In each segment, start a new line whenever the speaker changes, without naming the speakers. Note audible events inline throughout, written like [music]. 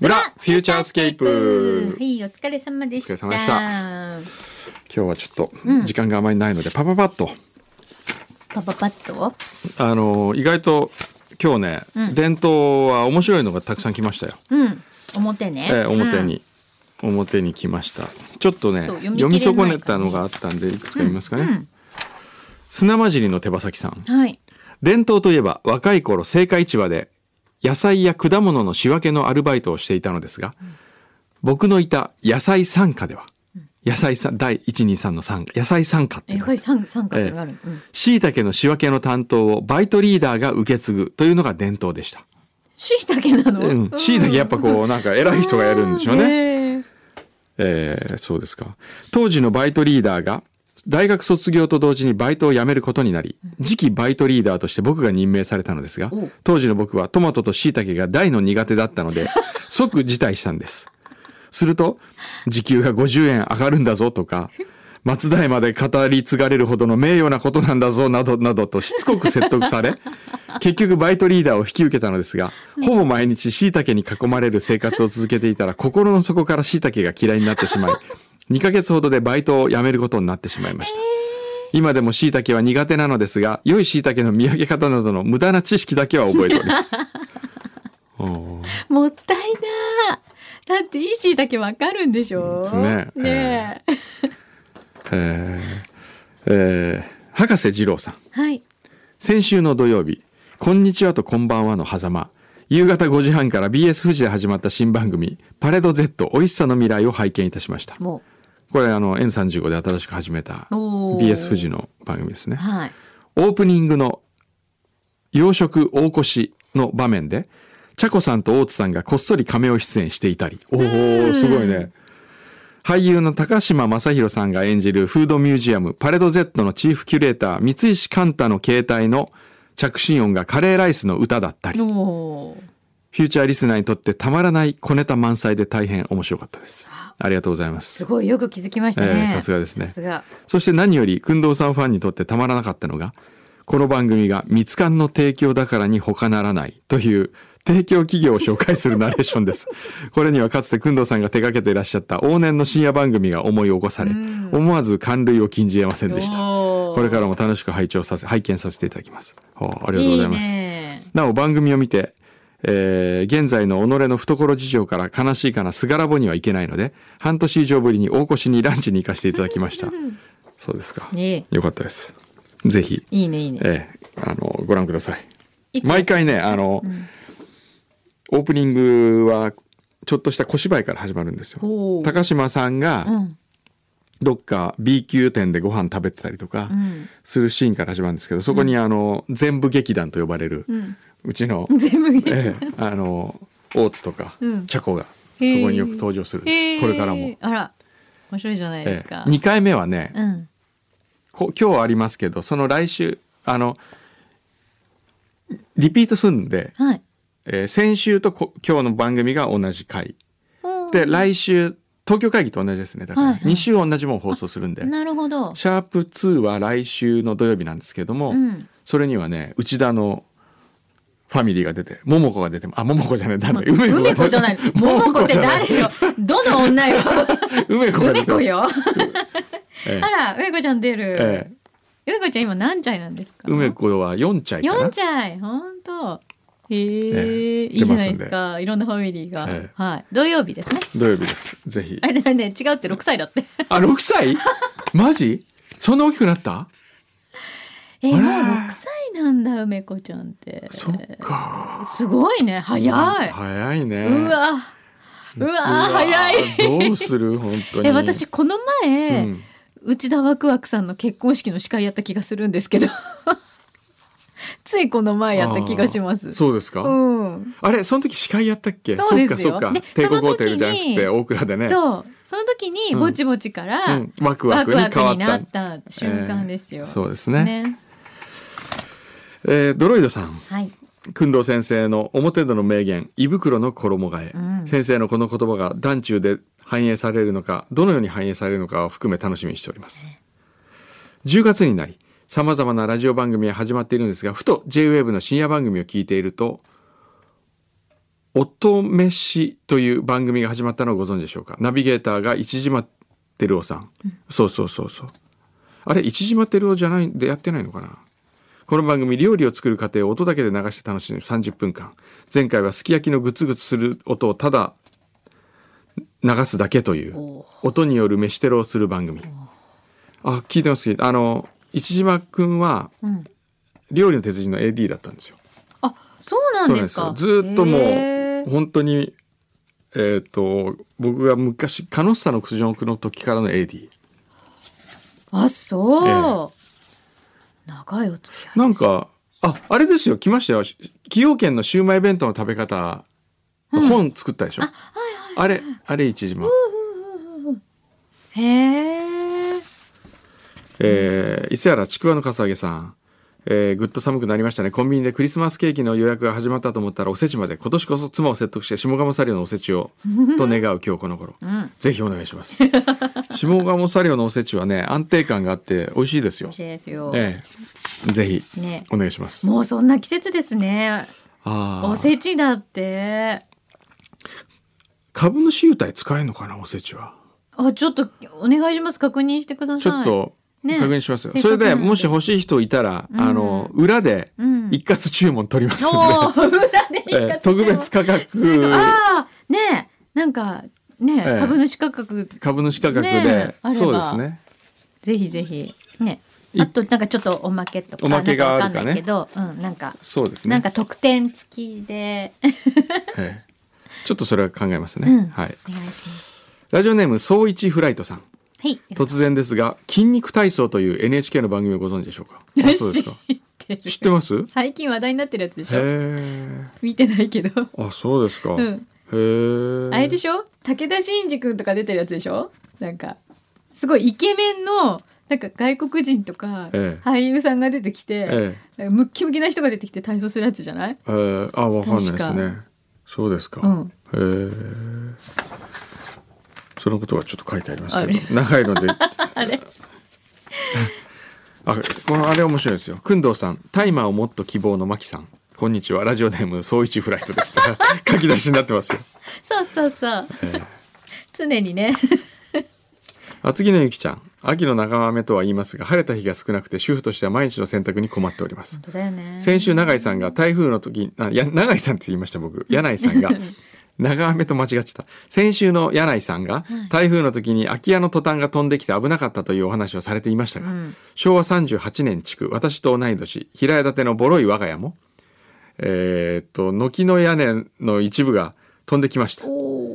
ューチャースケープ
はい、お疲れ様でした。
お疲れ様今日はちょっと時間があまりないので、パパパッと
パパパッと。
あの意外と今日ね、
うん
伝統は面白いのがたくさん来ましたよ、
うん。表ね。
えー表に、表に来ましたちょっとね
そう
読
読
み
み切れない
損ねたのがあったんでいくつか読みますか
う
ね、
ん。うん。
砂混じりの手羽先さん
はい。
伝統といえば若い頃青果市場で野菜や果物の仕分けのアルバイトをしていたのですが、僕のいた野菜参加では、野菜さ第123の参野菜参加ってい
え、
うの
これ三三角がある。うん。
椎茸の仕分けの担当をバイトリーダーが受け継ぐというのが伝統でした。
椎茸なの。
うん、椎茸やっぱこうなんか偉い人がやるんでしょうね。
ね。
えーそうですか当時のバイトリーダーが大学卒業と同時にバイトを辞めることになり次期バイトリーダーとして僕が任命されたのですが
お
当時の僕はトマトと椎茸が大の苦手だったの [laughs] で即辞退したんですすると時給が50円上がるんだぞとか松代まで語り継がれるほどの名誉なことなんだぞなどなどとしつこく説得され結局バイトリーダーを引き受けたのですがほぼ毎日椎茸に囲まれる生活を続けていたら心の底から椎茸が嫌いになってしまい2ヶ月ほどでバイトを辞めることになってしまいました。今でも椎茸は苦手なのですが良い椎茸の見分け方などの無駄な知識だけは覚えておりますおー
もったいな。だっていい椎茸わかるんでしょ
ですね
ねえ。
えーえー博士二郎さん
はい。
先週の土曜日「こんにちは」と「こんばんは」の狭間夕方5時半から BS 富士で始まった新番組「パレード Z 美味しさの未来」を拝見いたしました
も
これあの N35 で新しく始めた
おー
BS 富士の番組ですね
う。はい。
オープニングの洋食大越の場面で、茶子さんと大津さんがこっそり亀を出演していたり。おお、すごいね。俳優の高島正宏さんが演じるフードミュージアムパレード Z のチーフキュレーター三石寛太の携帯の着信音がカレーライスの歌だったり、フ
おー
ューチャーリスナーにとってたまらない小ネタ満載で大変面白かったです。ありがとうございます
す。ごいよく気づきました
ええ
ね。
さすがですね
さすが。
そして何より、くんどうさんファンにとってたまらなかったのが、この番組が蜜缶の提供だからに他ならないという提供企業を紹介するナレーションです。これにはかつてくんどうさんが手掛けていらっしゃった往年の深夜番組が思い起こされ、思わず感類を禁じ得ませんでした。
お
こ
ー
れからも楽しく拝聴させ、拝見させていただきます。はあ、ありがとうご
い
ざ
い
います。
ね。
なお番組を見て、えー現在の己の懐事情から悲しいかなすがらぼにはいけないので半年以上ぶりに大越にランチに行かせていただきま
[laughs]
したそうですか、
いい
よかったですぜひ、
いいね、いいね。
えーあのご覧ください
いつ
毎回ねあの、オープニングはちょっとした小芝居から始まるんですよ
ほう
高島さんが、
うん。
どっか B 級店でご飯食べてたりとか
ん
するシーンから始まるんですけど、そこにあの全部劇団と呼ばれる、うち
[laughs]
の、
全部いい。
ええあの大津とか、
うん
茶子がそこ
へえ
によく登場する、
へー
これからも、
あら面白いじゃないで
え
す
え
か、
2回目はね、
うん
こ今日はありますけどその来週あのリピートするんで、
はい
えー先週とこ今日の番組が同じ回
おー
で来週東京会議と同じですねだから、
はいはい
2週同じもん放送するんで
なるほど
シャープ2は来週の土曜日なんですけども、
うん
それにはね内田のファミリーが出て桃子が出てあ桃子じゃない誰だ梅子が出
梅
て
子じ
[laughs]
ゃない桃子って誰よどの女よ
梅子が出
梅
てま
子
す
よ
ええ
[laughs] あら梅子ちゃん出る、
ええ
梅子ちゃん今何歳なんですか
梅子は4歳かな
4歳ほんとへー
ええ
いいじゃないですかいろんなファミリーが、
ええ
はい土曜日ですね
土曜日ですぜひ
あれだね違うって6歳だって
あ6歳
[laughs]
マジそんな大きくなった
え
あ
もう
ら
6歳なんだ梅子ちゃんって
そっか
すごいね早い、
早いね
うわう
う
わ
わ
早い
どうする本当に
え私この前、
うん
内田ワクワクさんの結婚式の司会やった気がするんですけど [laughs] ついこの前やった気がします
あーそうですか、
うん
あれその時司会やったっけ
そうですよ
そっかそっか
で
帝国ホテル
そ
じ
の
ゃ
時
な
に
くて大倉でね
そうその時に
うん
ぼちぼちから、
うん、ワクワ
ワ
ク
ク
に
ワク
変わっ
に
た
なった瞬間ですよ、
えーそうですねえードロイドさん
はい
工藤先生の表での名言「胃袋の衣替え」
うん
先生のこの言葉が団中で反映されるのかどのように反映されるのかを含め楽しみにしております10月になりさまざまなラジオ番組が始まっているんですがふと JWAVE の深夜番組を聞いていると乙女市という番組が始まったのをご存知でしょうかナビゲーターが市島照夫さん、そうそうそうそうあれ市島照夫じゃないんでやってないのかなこの番組料理を作る過程を音だけで流して楽しむ30分間前回はすき焼きのグツグツする音をただ流すだけという
お
音による飯テロをする番組あ聞いてますあの市島くんは
うん、
料理の鉄人の AD だったんですよ
あそうなんです
そうな
か
んですよずーっとも
へ
う
ー
本当にえっ、と僕が昔カノッサの屈辱の時からの AD
あそう、長いお付き合い
なんかああれですよ来ましたよし崎陽軒のシウマイ弁当の食べ方の本作ったでしょ、あれあれ一島、
へえ
えー伊勢原ちくわのかさげさんえーぐっと寒くなりましたねコンビニでクリスマスケーキの予約が始まったと思ったらおせちまで今年こそ妻を説得して下鴨サリオのおせち
[laughs]
をと願う今日この頃
うん
ぜひお願いします。下鴨サリオのおせちはね、安定感があって美味しいです
美
よ
味し。いですよ、
ええ、ぜひ
ね
お願いします。
もうそんな季節ですね
ああ、
おせちだって
株主優待使えるのかな、おせちは。
あちょっとお願いします確認してください
ちょっと
ね
確認しますよ。
せっか
そ
くな
れ
んで
でもし欲しい人いたら、
うん
あの裏で
うん
一括注文取ります
お
の
ー裏で一括
で、 [laughs] ええ
注文
特別価
すごい
格
ああねえなんかね、
ええ
株主価格
株主価格で、
ねえあれば
そうですね。
ぜひぜひね
い
あとなんかちょっとおまけとか
おまけがあるかね
なんわんないけど、うん、なんか、
そうですね。
なんか特典付きで
ええちょっとそれは考えますね。
うん
はい。
お願いします
ラジオネーム総一フライトさん。
はい
突然ですが「筋肉体操」という NHK の番組をご存知でしょうかあそうですか
知ってる
知って
[laughs]
ますへ
最近話題になってるやつでしょ
え
見てないけど
あそうですか、
うん
へえ
あれでしょ武田真治君とか出てるやつでしょなんかすごいイケメンのなんか外国人とか
ええ
俳優さんが出てきて、
え
なんかムッキムキな人が出てきて体操するやつじゃない
えええあわかんないです
確
ねそうですか、
うん
へえそのことがちょっと書いてありますけ
あ
ど長いので
[laughs] あれ
[laughs] あこのあれ面白いですよ工藤さん「タイマーをもっと希望」のマキさんこんにちはラジオネーム総一フライトです [laughs] 書き出しになってますよ
そうそうそう、 [laughs] 常にね
厚木のゆきちゃん秋の長雨とは言いますが晴れた日が少なくて主婦としては毎日の洗濯に困っております
本当だよね
先週永井さんが台風の時あや永井さんって言いました僕柳井さ
[laughs]
んが長雨と間違ってた先週の柳井さんが台風の時に空き家のトタンが飛んできて危なかったというお話をされていましたが、
うん
昭和38年築私と同い年平屋建てのボロい我が家もえーっと軒の屋根の一部が飛んできました
お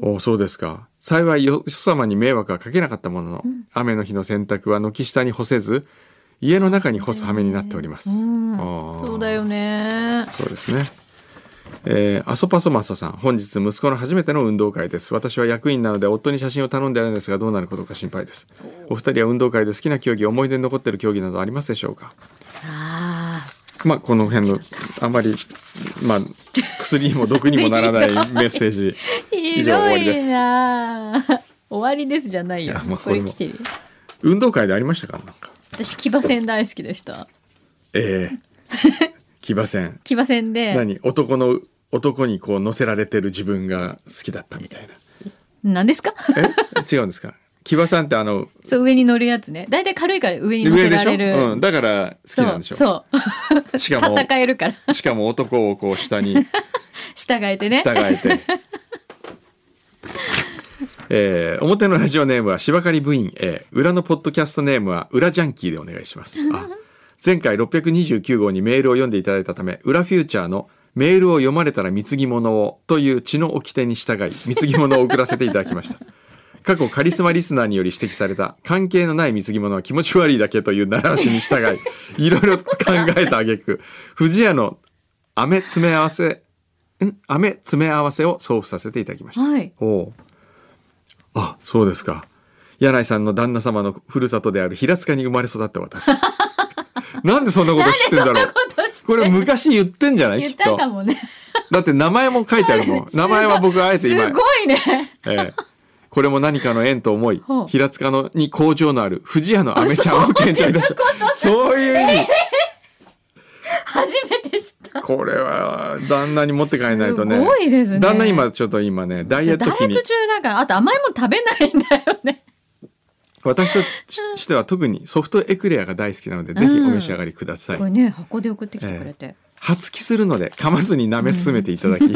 ー
おそうですか幸いよよそ様に迷惑はかけなかったものの、雨の日の洗濯は軒下に干せず家の中に干す羽目になっております、
うん
あー
そうだよね
そうですねえー、アソパソマソさん本日息子の初めての運動会です私は役員なので夫に写真を頼んであるんですがどうなることか心配ですお二人は運動会で好きな競技思い出に残っている競技などありますでしょうか
あ
まあこの辺のあまりまあ薬にも毒にもならないメッセージ
ーひ
以上終わ
ど
りです
いなー終わりですじゃないよ
いやまあ
これ
これも
来てるよ
運動会でありましたかなんか
私騎馬戦大好きでした
ええ騎馬戦
騎馬戦で
何男の男にこう乗せられてる自分が好きだったみたいな
何ですか
え違うんですか騎馬さんってあの
そう上に乗るやつね大体軽いから上に乗
上
せ
で
ら
しょ、
れる、
うん、だから好き
そ
なん
う
でしょ
そう
しかも
う戦えるから
しかも男をこう下
[laughs]
に
従えてね
従えて、 [laughs] えー表のラジオネームは芝刈り部員 A 裏のポッドキャストネームは裏ジャンキーでお願いしますあ前回629号にメールを読んでいただいたため裏フューチャーのメールを読まれたら貢ぎ物をという血の掟に従い貢ぎ物を送らせていただきました過去カリスマリスナーにより指摘された関係のない貢ぎ物は気持ち悪いだけという習わしに従 [laughs] いいろいろ考えた挙句藤屋の飴詰め合わせん飴詰め合わせを送付させていただきました、
はい
おうあそうですか柳井さんの旦那様のふるさとである平塚に生まれ育った [laughs] 私なんでそんなこと知ってんだろう
今年
これ昔言ってんじゃない
言
き
っ
ったと
かもね
だって名前も書いてあ [laughs] るもん名前は僕あえて今
すごいね
ええ、これも何かの縁と思い
ほう
平塚のに工場のある藤屋の飴ちゃんを献上いたしそういう意味
初めて知った
これは旦那に持って帰らないとね
すごいですね
旦那今ちょっと今ねダイエット期
ダイエ
に
ット中だからあと甘いもの食べないんだよね
私とししては特にソフトエクレアが大好きなのでぜひお召し上がりください、
これね箱で送ってきてくれて、
発揮するので噛まずに舐め進めていただ
[laughs]
き、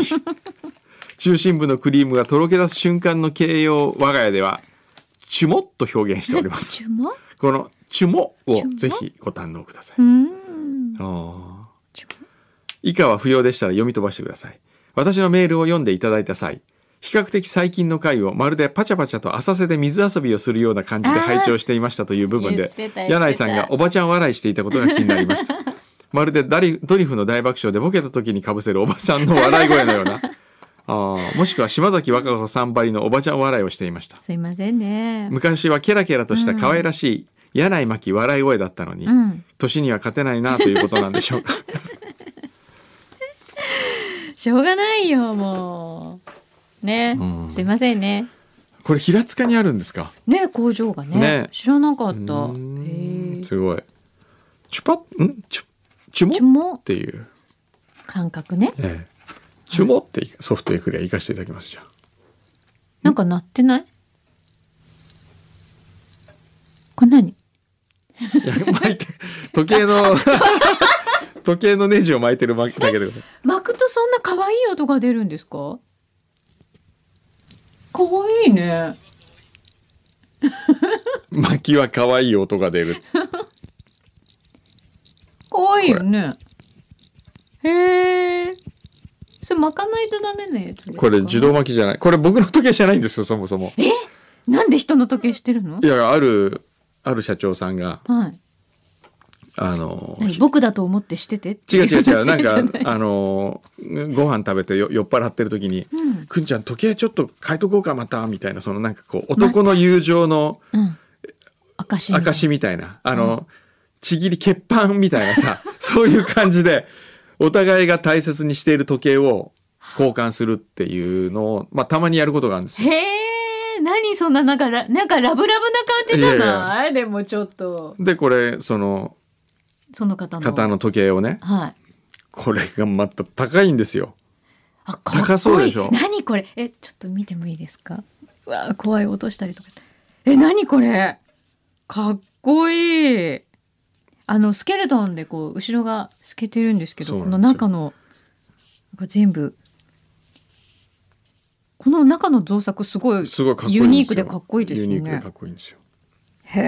中心部のクリームがとろけ出す瞬間の形容を我が家ではチュモッと表現しております
注文
このチュモを
チュモ、
ぜひご堪能くださいう
ん
あー
注
以下は不要でしたら読み飛ばしてください私のメールを読んでいただいた際比較的最近の回をまるでパチャパチャと浅瀬で水遊びをするような感じで拝聴していましたという部分
あ
で
ー [laughs] 言ってた言ってた
柳井さんがおばちゃん笑いしていたことが気になりましたまるでダリドリフの大爆笑でボケた時にかぶせるおばちゃんの笑い声のような [laughs] あーもしくは島崎和歌子さんばりのおばちゃん笑いをしていました
すいませんね
昔はケラケラとした可愛らしい柳井真紀笑い声だったのに、
うん
年には勝てないなということなんでしょうか
しょうがないよもうね、
うん
すいませんね
これ平塚にあるんですか
ね工場がね
ね
知らなかったへ
うーん
え
すごい。チュパッ、んチュ、チュモ
注文
っていう。
感覚ね
ええ、チュモってソフトエクレア活かしていただきますじゃあ。
なんか鳴ってないこれ何
い
[laughs]
や巻いて、時計の、時計のネジを巻いてるだけで。
巻くとそんな可愛い音が出るんですか可愛いね
巻きは可愛い音が出る。
可愛いよねへえそれ巻かないとダメなやつですか
これ自動巻きじゃない。これ僕の時計じゃないんですよ、そもそも。い
なんで人の時計してるの
や、ある、ある社長さんが、
はい
あの、
何僕だと思ってしててって
違う
い [laughs]
違う違う、な
話
ん
じゃい
か、あの、ご飯食べてよ酔っ払ってる時に、
うん
くんちゃん時計ちょっと変えとこうかまたみたいなそのなんかこう男の友情の
うん証みたいな
証みたいなあの、ちぎり欠板みたいなさ [laughs] そういう感じでお互いが大切にしている時計を交換するっていうのを、まあ、たまにやることがあるんですよ。
へえ、何そんななんかラなんかラブラブな感じじゃない
いや
でもちょっと
でこれその
その方の
型の時計をね
はい。
これがまた高いんですよ。
あかっこいい
高そうでしょ
何これえちょっと見てもいいですか。うわあ怖い音したりとか。え何これかっこいい。あのスケルトンでこう後ろが透けてるんですけど
そう
こ
な
の
んですよ
中のなんか全部この中の造作すごい
すごいかっこいいんですよ
ユニークでかっこいいですよね
ユニークでかっこいいんですよ。
へ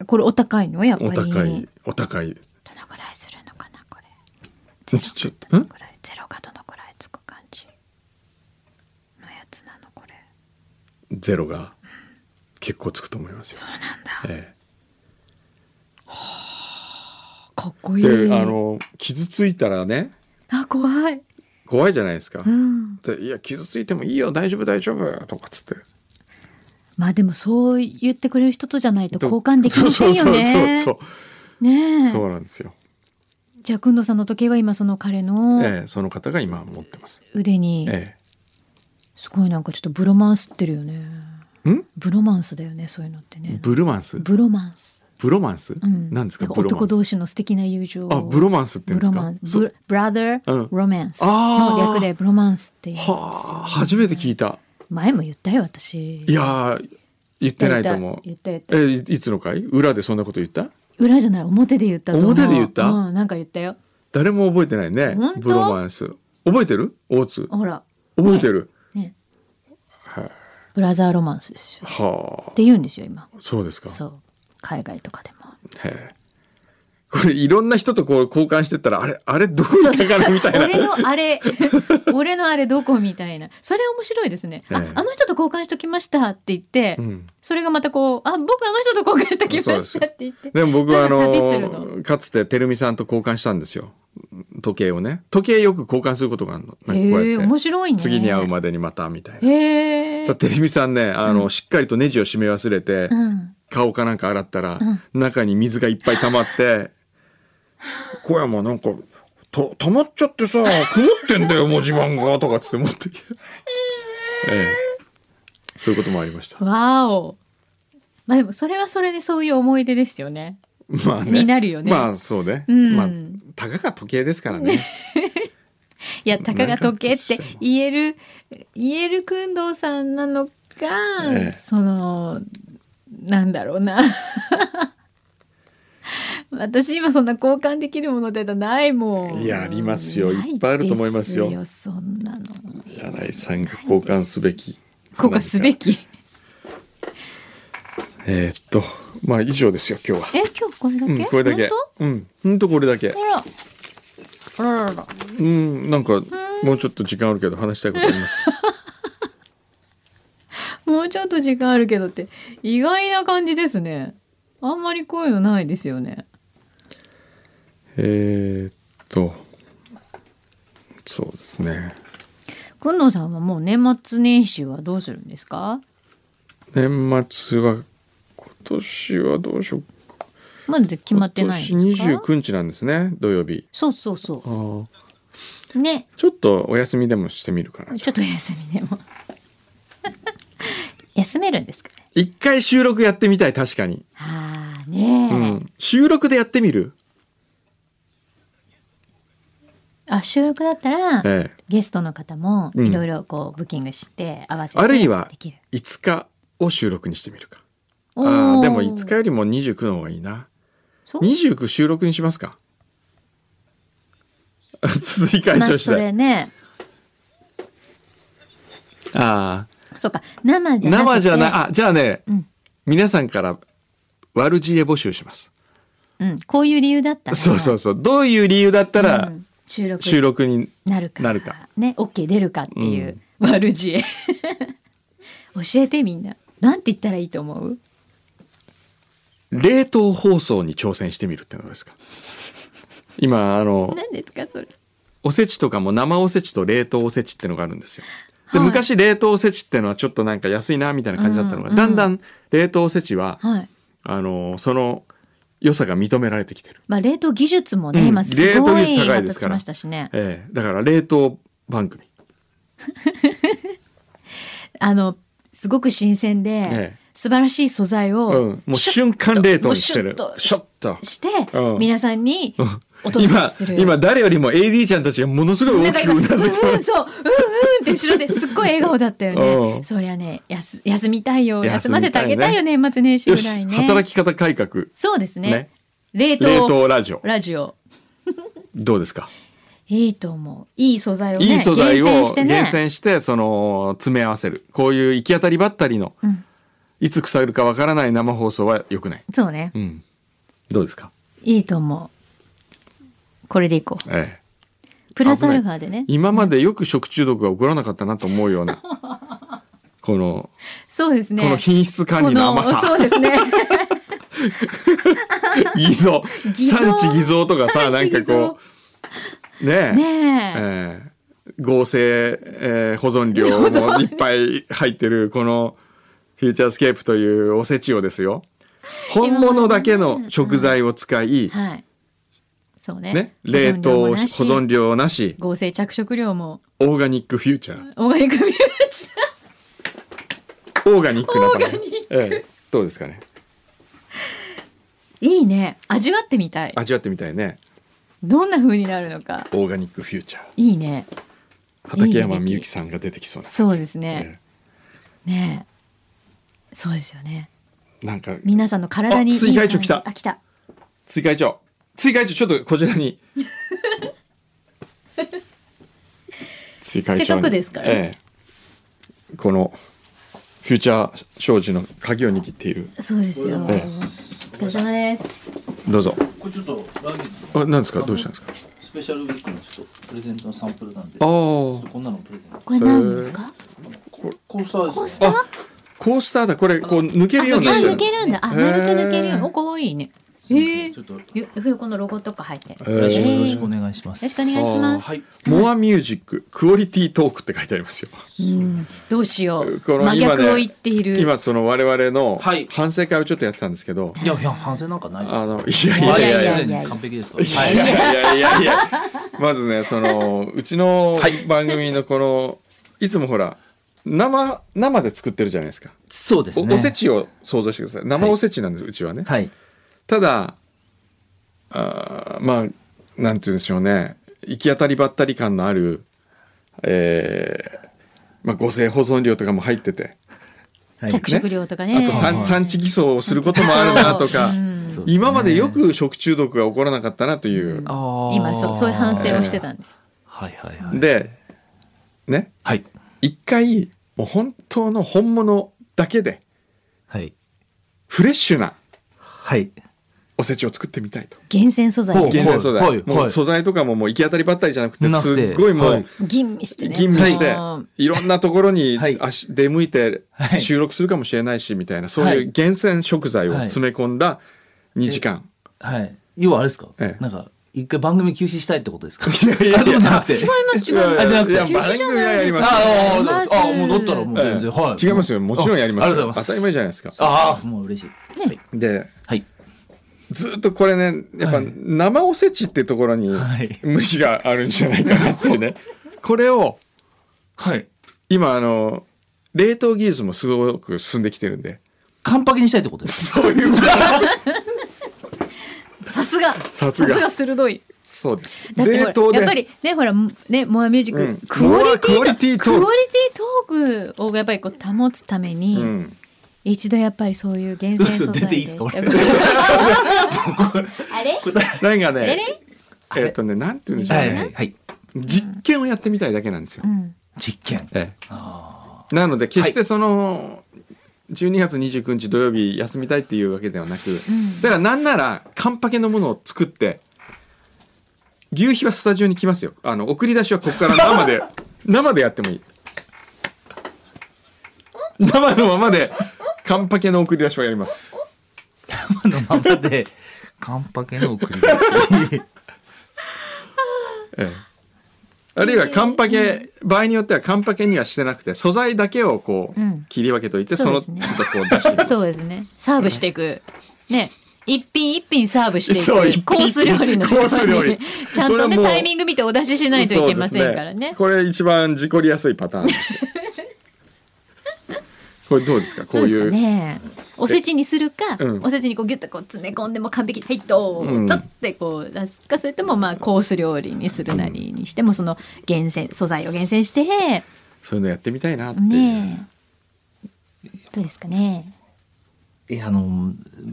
えこれお高いのやっぱり
お高いお高い。
どのくらいするのかなこれ
ちょちょっとん
これゼロがどのくらいつく感じのやつなのこれ
ゼロが結構つくと思います
そ
よ
う。なんだ
ええ
かっこいい
で、あの傷ついたらね
あ怖い
怖いじゃないですか
う。ん
でいや傷ついてもいいよ大丈夫大丈夫とかっつって
まあでもそう言ってくれる人とじゃないと交換でき
そう
ませ
そうん
よ
そう
ね
そうそう、
ねえ
そうなんですよ。
じゃあくんどさんの時計は今その彼の
ええ、その方が今持ってます。
腕に、
え
すごいなんかちょっとブロマンスってるよね
え、ん
ブロマンスだよねそういうのってね
ブルマンス
ブロマンス、
ブロマンス、
うん、
なんですかブロマ
男
ンス
同士の素敵な友情を
あブロマンスって言うん
ブ
です
ロ
か
マン
そ
ブラダー、
うん
ロマンス
あ
の
ー
略でブロマンスっていう
はあ初めて聞いた。
前も言ったよ私
いやー言ってないと思う。
言った言った言
え
っ
いいつの回裏でそんなこと言った
た裏じゃない表で言ったと思う
表で言った
うん、なんか言ったよ
誰も覚えてないね
本当
ブロマンス覚えてる大津
ほら
覚えてる、
ね
はい
ブラザーロマンスですよ
は
って言うんですよ今
あそうですか
そう海外とかでも
へえこれいろんな人とこう交換してったらあれあれどうだったかなみたいな
俺の
[laughs]
あれ俺のあれどこみたいなそれ面白いですね、
ええ
ああの人と交換しときましたって言って、
うん
それがまたこうあ僕あの人と交換しときま
そ
し
う
た
で
って言って
でも僕はあ
なんか旅するの
のかつててるみさんと交換したんですよ時計をね時計よく交換することがあるのなんかこう
へえ
やっ
面
て
白いね
次に会うまでにまたみたいな。
へえ
だっててるみさんねあの、しっかりとネジを締め忘れて、
うん
顔かなんか洗ったら、中に水がいっぱい溜ま
[laughs]
って「小山なんかと溜まっちゃってさ曇ってんだよもう自慢が」とかっつって持ってきて、ええ、そういうこともありました
わおまあでもそれはそれでそういう思い出ですよね
まあね
になるよね
まあそうね、
うん
まあたかが時計ですからね
いやたかが時計って言える言える工藤さんなのか、
ええ
そのなんだろうな [laughs] 私今そんな交換できるものってないもん
いやありますよ
ない
っぱいあると思いますよ
でそんなの
柳井さんが交換すべき
ここすべ
き
き
えーっとまあ以上ですよ今日は
え今日これだけ、
うんこれだけ
本
うんほんとこれだけ
当あらあららら
うんなんかもうちょっと時間あるけど話したいことありますか
もうちょっと時間あるけどって意外な感じですねあんまりこういうのないですよね
えーっとそうですね
くんのさんはもう年末年始はどうするんですか
年末は今年はどうしようか
まだ決まってないんですか
今年29日なんですね土曜日
そうそうそ
あー
うね
ちょっとお休みでもしてみるかな
ちょっと休みで [laughs] も休めるんですかね
一回収録やってみたい確かに、
ああねえ、
うん、収録でやってみる
あ収録だったら、
ええ
ゲストの方も
うん
いろいろこうブッキングして合わせて
あるいは
できる
5日を収録にしてみるか
お
あ
ー
ーでも5日よりも29の方がいいな
そう
29収録にしますか [laughs] 続き会
ま
長
あ
し
そ
たい、
れね
ああ
そうか生じゃなくて
生じゃないあじゃあね、
うん
皆さんから悪知恵募集します
うん、こういう理由だったら
そうそうそうどういう理由だったら
うん収録
収録に
なるか
なるか
ね OK 出るかっていう、悪知恵 [laughs] 教えてみんななんて言ったらいいと思う
冷凍放送に挑戦してみるってのはどうですか今あの
何ですかそれ
おせちとかも生おせちと冷凍おせちってのがあるんですよ。で、
はい
昔冷凍おせちってのはちょっとなんか安いなみたいな感じだったのが、
うんうん
だんだん冷凍おせちは
はい
あのその良さが認められてきてる。
まあ冷凍技術もね、
うん
今すご
冷凍技
い
術高い
発
で
達
すか
し
ら
ましたしね
ええだから冷凍番組。
あのすごく新鮮で、
ええ
素晴らしい素材を、
うん、もう
シュッ
瞬間冷凍にしてる
もう。シ
シ
ュ
ョ
ッ
ッと。
して、
うん
皆さんにお届け
今
する
今誰よりも AD ちゃんたちがものすごい大
なんか
き
今
くう
う、
んなずいて
う
ま
ん、
す。
そう、うん、うんって後ろですっごい笑顔だった
[laughs]
よ
う
ね。
ん
そりゃね、やす、休みたいよ、
休
休
みたいね
ませてあげたいよね、年末年始
よ
ぐ
し
らいね。
働き方改革
そうですね。
ね
冷凍
冷凍ラジオ
ラジオ。
どうですか。
いいと思う。いい素材をね、
いい素材を
厳選してね。
厳選してその詰め合わせるこういう行き当たりばったりの、
うん
いつ腐るかわからない生放送は良くない、
そうね
う。ん、どうですか、
いいと思う。これでいこう。
ええ、
プラスアルファでね。
今までよく食中毒が起こらなかったなと思うようなこの
そうですね。
この品質管理の甘
こ
さ
そうですね。
偽造
偽造
[laughs] 産地偽造とかさな
[laughs] 産
ん
地
か
偽造
こうねえ
ねえ。
ええ合成、えー [laughs] 保存料もいっぱい入ってるこのフューチャースケープというおせちをですよ本物だけの食材を使い、
はい。そうね。
ね、冷凍保
保存料もな
存料なし
し合成着色料も
オーガニックフューチャ
オーガニックミュージアム
ーオーガニックなパン、
オーガニッ
ええどうですかね
いいね味わってみたい
味わってみたいね
どんな風になるのか
オーガニックフューチャー
いいね
畠山みゆきさんが出てきそうな
そうです
え
ねねえそうですよね
えなんか
皆さんの体に
あ
いい
水害
感じ
直来た
あ来た
追加会長追加会長ちょっとこちら
[laughs]
に追加
せっかくですからね
このフューチャー商事の鍵を握っている
そうですよお
ええ
疲れ様です
どうぞ
これちょっと来月
あ
の
何ですかどうしたんですか
スペシャルウィークのちょっとプレゼントのサンプルなんで
あ
ちょっ
ー
とこんなのプレゼント
これ何ですか
コースターです
あ
ね
あコースターだこれこう抜け
あ
るようになって
抜けるんだあ丸く抜けるよう
へ
に
え
お可愛いねええ
ちょっとよ
ゆこのロゴとか入ってる
へえ
ええ
ろしくお
よ
願いします
ろしくお願いします
はい
モアミュージッククオリティトークって書いてありますよ
うんどうしよう
この
真
今ね
逆を言っている
今その我々の
はい
反省会をちょっとやってたんですけど、
いやいや反省なんかないです
あのいやいやいやいや
いやいやいや
完璧ですか
いやい
ら
やいやいや
[laughs]
いやまずねそのうちの番組のこのいつもほら生生で作ってるじゃないですか
そうです
お
ね
おせちを想像してください生おせちなんです、うちはね
はい
ただあーまあなんて言うんでしょうね行き当たりばったり感のある、えーまあ、合成保存料とかも入ってて、
はい
着色料とかね
あと
は
産
い
産地偽装をすることもあるなとか、
うん
そうすね
今までよく食中毒が起こらなかったなという。
うん
あー
今そうそういう反省をしてたんです、
はいはいはい
でね
はい
一回もう本当の本物だけで
はい
フレッシュな
はい
おせちを作ってみたいと。
厳選素材
ほう
で
現代素材、
はいはい
もう素材とかももう行き当たりばったりじゃなくて
な
す
くて
っごいもう、
はい
吟味してね
吟味して、
あの
い、ろんなところに
はい
足出向いて
はい
収録するかもしれないしみたいなそう
はいいう
厳選食材を詰め込んだ2時間、
はい要はあれですか
ええ
なんか一回番組休止したいってことですか
いやいやいや
あそうじゃなくて
違います違います
あじゃなくて
いや
休止じゃ
番組
ないですか
はやります
違います
ああああもうだったらもう全然、はい
違いますよもちろんやります
ああ
よ
りがとうございます
当たり前じゃないですか
ああもう嬉しい
ね
で
はい
ずっとこれねやっぱ
はい
生おせちってところに
はい
虫があるんじゃないかなっていうね [laughs] これを
はい
今あの冷凍技術もすごく進んできてるんで
完璧にしたいってことです
そういうこと
さすが
さ
さ
す
す
が
が鋭い
[laughs] そうです
だってほ
冷凍
らやっぱ
で
りねほらねモアミュージック、
うん
クオリテ
ク
ィ
オリティトーク
クオリティトークをやっぱりこう保つために、
うん
一度やっぱりそういう厳選素材
どうする出ていいですか俺
[laughs] あれ
なんかね
あれ
えっ、とねなんて言うんでしょう
は
ね、
いはいはい
実験をやってみたいだけなんですよ
う、ん
実験
ええなので決してその、12月29日土曜日休みたいっていうわけではなく、
ん
だからなんならカンパケのものを作って牛皮はスタジオに来ますよあの送り出しはここから生
[laughs]
で生でやってもいい生のままでカンパケの送り出しはやります
生のままで完璧の送り出し
ええあるいはカンパケ、場合によってはカンパケにはしてなくて素材だけをこう、
うん
切り分けといてそ
そう
の
で
ち
す
ょっ
ね
とこう出していく
そうですねサーブしていくね一品一品サーブしていく
そう一品
コース料理の
コース料理
ちゃん
これは
と
も
ね
う
タイミング見てお出ししないといけませんから
そうです
ね
これ一番事故りやすいパターンですよ
[laughs]
これどうですかこう
そ
いう
ですかねおせちにするか、
うん
おせちにこうギュッとこう詰め込んでもう完璧にはいどうぞ、
うん
ちょってこう出すかそれともまあコース料理にするなりにしてもその厳選素材を厳選して
そういうのやってみたいなっていう、
ねえどうですかね
いやあの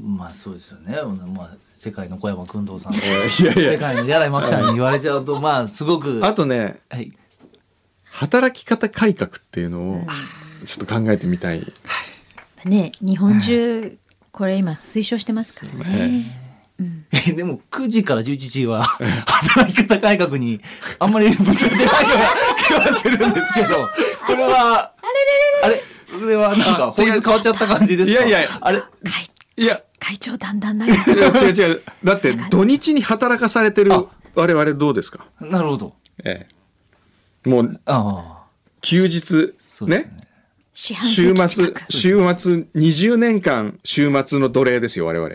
まあそうですよね、まあ、世界の小山君堂さんと
いやいや
世界の柳井真紀さんに言われちゃうとまあすごく
あとね
はい
働き方改革っていうのをちょっと考えてみたい、
ね日本中これ今推奨してますからね。
えでも9時から11時は働き方改革にあんまりぶつかってないような気がするんですけどこれはあれこれはなんか法律変わっちゃった感じですか
いやいや
あれ
会
いや
会長だんだんなる。
いや違う違うだって土日に働かされてる
あ
我々どうですか、
なるほど
ええ、もう
ああ
休日
そうで
ね
す
四
ね
半
[laughs] 週
世紀近
末
く
週末20年間週末の奴隷ですよ我
[laughs]
々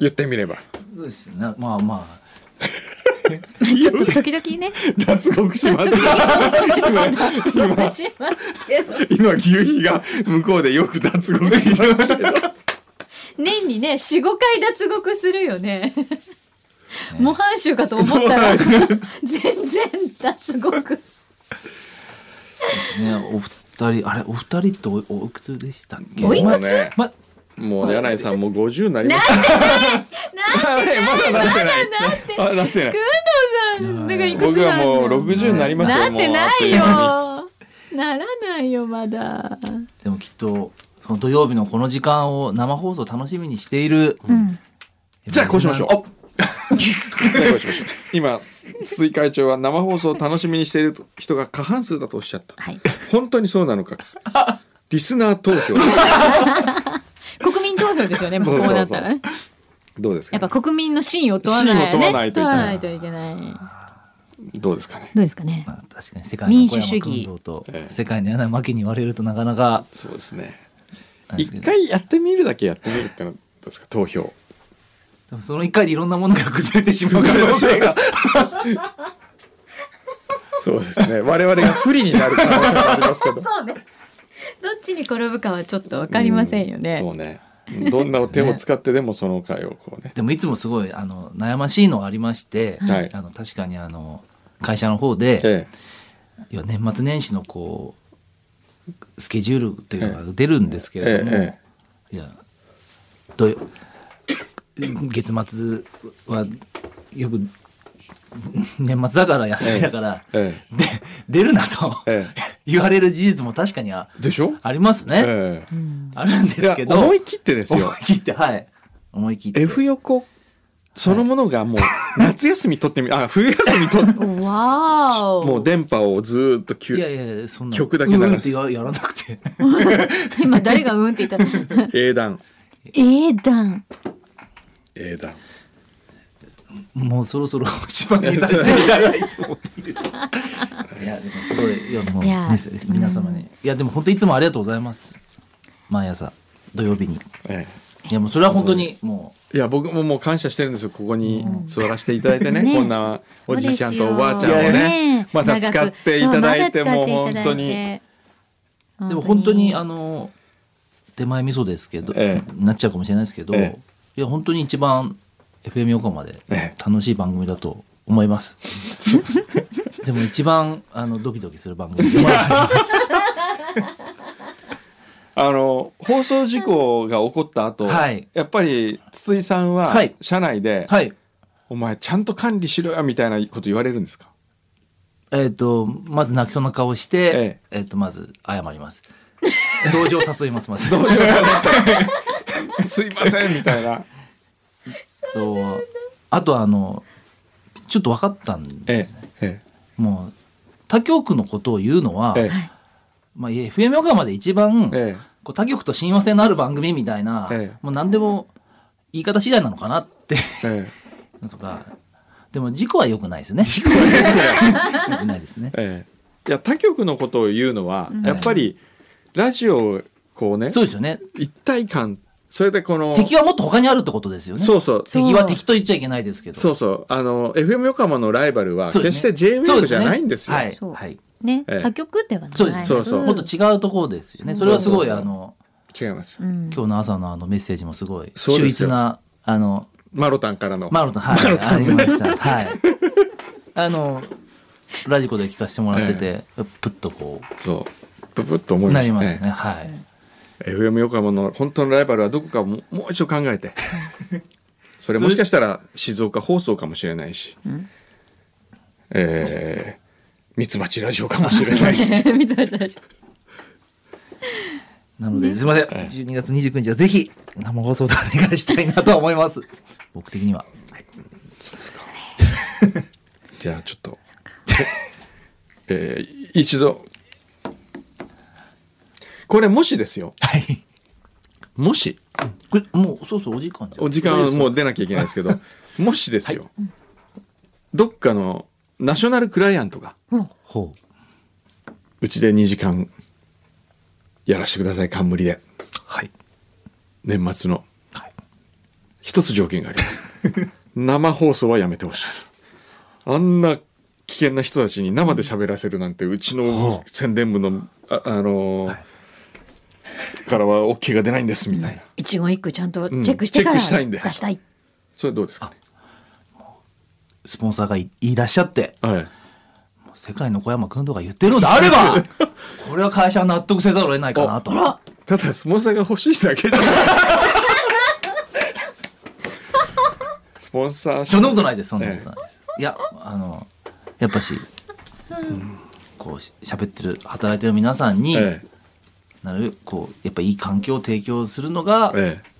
言ってみれば
そうですねまあまあ
ちょっと時々ね。
脱獄し
時々
ます
そうし
[laughs]
ますしますけど
今牛皮が向こうでよく脱獄しますけど
年にね45回脱獄するよね模範囚かと思ったら全然脱獄
ねお二人あれお二人っておおいくつでしたっけ
おい
も
く
うね
ま
もう柳井さんもう50になりま
な
し
ったて
あれまだなってないあなってない
ないなんて工藤さんだからいくつ
僕
な
は
んだ
もう60になりますよ
なって
もうあっ
な
と
いう
間に
よならないよまだ
でもきっとその土曜日のこの時間を生放送楽しみにしている、
うん
じゃあこうしましょう
あ
最後にしましょう今筒井会長は生放送を楽しみにしている人が過半数だとおっしゃった
はい
本当にそうなのかリスナー投票
国民投票ですよねもうこうなったらね
どうです
やっ
か
ぱ国民の信を問わないよ
信
ね
を問わないといけ
問
ない
わないといけないど
どうですかね
うですかね
まあ、確かに世界の小
民主主
山
義
君堂と
ええ
世界の柳巻に言われるとなかなか
そうですね
なんですけ
一
ど
回やってみるだけやってみるってのはどうですか投票
でもその一回でいろんなものが崩れてしまう可能性
[laughs]
が
そうですね我々が不利になる可能性
[laughs]
もありますけど
そうねどっちに転ぶかはちょっとわかりませんよね
うんそうねどんな手を使ってでもその回をこうね
でもいつもすごいあの悩ましいのはありまして、
はい
あの確かにあの会社の方で、
え
いや年末年始のこうスケジュールというのが出るんですけ
え
れども、
え
いやどう月末はよく年末だから休みだから、
ええ
で出るなと
え
[laughs] 言われる事実も確かにあ
えでしょ
ありますね、
え
うん
あるんで
えいや
すけど
思い切ってです
[laughs]
よ
思い切ってはい思い切って
F 横そのものがもう夏休み取ってみあ冬休み取っ
わーお
もう電波をずーっときゅ
いやいやいやそんな
曲だけ流す
うんってややらなくて
今誰がうんって言ったの
英断
英断
英
[laughs]
断
もうそろそ [laughs] ろ一番目指していただいてもいいですかいやでもすごいいやもう
いや
ね皆様ね、いやでも本当いつもありがとうございます毎朝土曜日に
え
いやもうそれは本当にも
えいや僕ももう感謝してるんですよここに座らせていただいてね,、
ね
こんなおじいちゃんとおばあちゃんを
そう
ね
です
ま
よ
た使っていただいてもう本当に、
うでも本当にあ
の
の手前味噌ですけど、
え
なっちゃうかもしれないですけど、
ええ
いや本当に一番 FM 横浜で
ええ
楽しい番組だと思
[laughs]
います、でも一番あのドキドキする番組でもあります
あの放送事故が起こった後、
はい
やっぱり筒井さんは
はい
社内で、
はい
お前ちゃんと管理しろよ」みたいなこと言われるん
[laughs]
ですか
えっ、とまず泣きそうな顔して
え
えっ、とまず謝ります同情を誘いますまず同 [laughs] 情
「すいません」みたいな
とあとあのちょっと分かったん
え
で
え
すね、
え
もう他局のことを言うのは、
ええ
まあ、FM 横浜で一番、
ええ
こう他局と親和性のある番組みたいな、
ええ
もう何でも言い方次第なのかなって [laughs]
え
のとかでも事故は良くないですね事故は良くないですね
えええいや他局のことを言うのは、
うん
やっぱりラジオこうね
そうですよね
一体感それでこの
敵はもっと他にあるってことですよね
そうそう
そう
敵は敵と言っちゃいけないですけど
そうそうあの FM 横浜のライバルは
そう
決
です
し
ね
て j w じゃないですよ。
そうです
そ
ね
う
はい、はい、
ね、
ええ
他局ではない
そうです
そうそう
もっと違うところですよねそれはすごい
そうそう
あ
そう
の
違いますよ。
うん
今日の朝のあのメッセージもすごい
そう
秀
ですよ
逸なあの
マロタンからの。
マロタンはい
マロタ
あ
ン
りま [laughs] したはいあのラジコで聞かせてもらってて、プッとこ
そう。ブブッと思
う
いま
な
す
りますね、はい、
ええ FM 横浜の本当のライバルはどこかをももう一度考えて。それもしかしたら静岡放送かもしれないし。えーミツバチラジオかもしれないし。
[laughs] 見てました
なので、すいません、
ええ
12月29日はぜひ生放送でお願いしたいなとは思います [laughs] 僕的には
そうですか。じゃあちょっと。えー一度。これもしですよ。
はい
もし。
これもうそうそうお時間じゃん
お時間はもう出なきゃいけないですけ [laughs] どもしですよ、どっかのナショナルクライアントが
ほう
うちで2時間やらしてください冠で
はい
年末の
はい
一つ条件があります生放送はやめてほしいあんな危険な人たちに生で喋らせるなんてうちの宣伝部のあ、あのーからは OK が出ないんですみたいな、
一言一句ちゃんとチェックしてか
う
ら
ん
出
チェックしたいんで
したい。
それどうですかね
スポンサーがいいらっしゃって
はい
世界の小山君とか言ってるのであれ [laughs] ばこれは会社は納得せざるを得ないかなと
ただスポンサーが欲しいだけじゃないスポンサー
そんなことないですそんなこと
え
ないです、いやあのやっぱし、うんこうし喋ってる働いてる皆さん
え
に、
え
なるこうやっぱいい環境を提供するのが、
ええ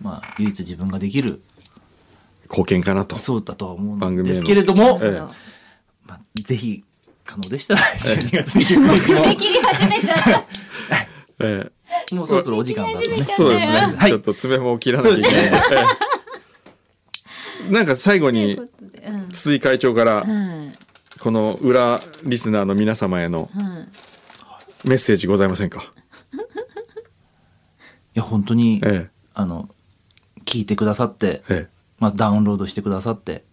まあ、唯一自分ができる
貢献かなと
そうだとは思う
番
ん
組への
ですけれども、
ええ
[laughs]
まあ、ぜひ可能でしたら12月29日
踏み切り始めちゃった。
え
ももうそろそろお時間だと
え [laughs]
ね
そうですね、
はい
ちょっと爪も切らなきゃいけない、
そうで
ええなんか最後
とい
に
うことで、うん。
筒井会長から
はい
この裏リスナーの皆様への
はい。
メッセージございませんか、
いや本当に、
え
あの聞いてくださって、
ええ
まあ、ダウンロードしてくださって、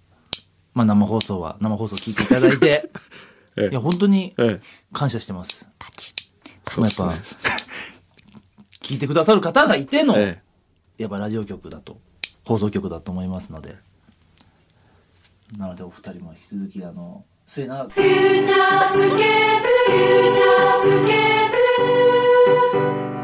まあ、生放送は生放送聞いていただいて
[laughs] ええ
いや本当に
ええ
感謝してます。
パチ。
でもやっぱ聞いてくださる方がいての
え
やっぱラジオ局だと放送局だと思いますので
なのでお二人も引き続きあの末永く
フューチャースケープフューチャースケープ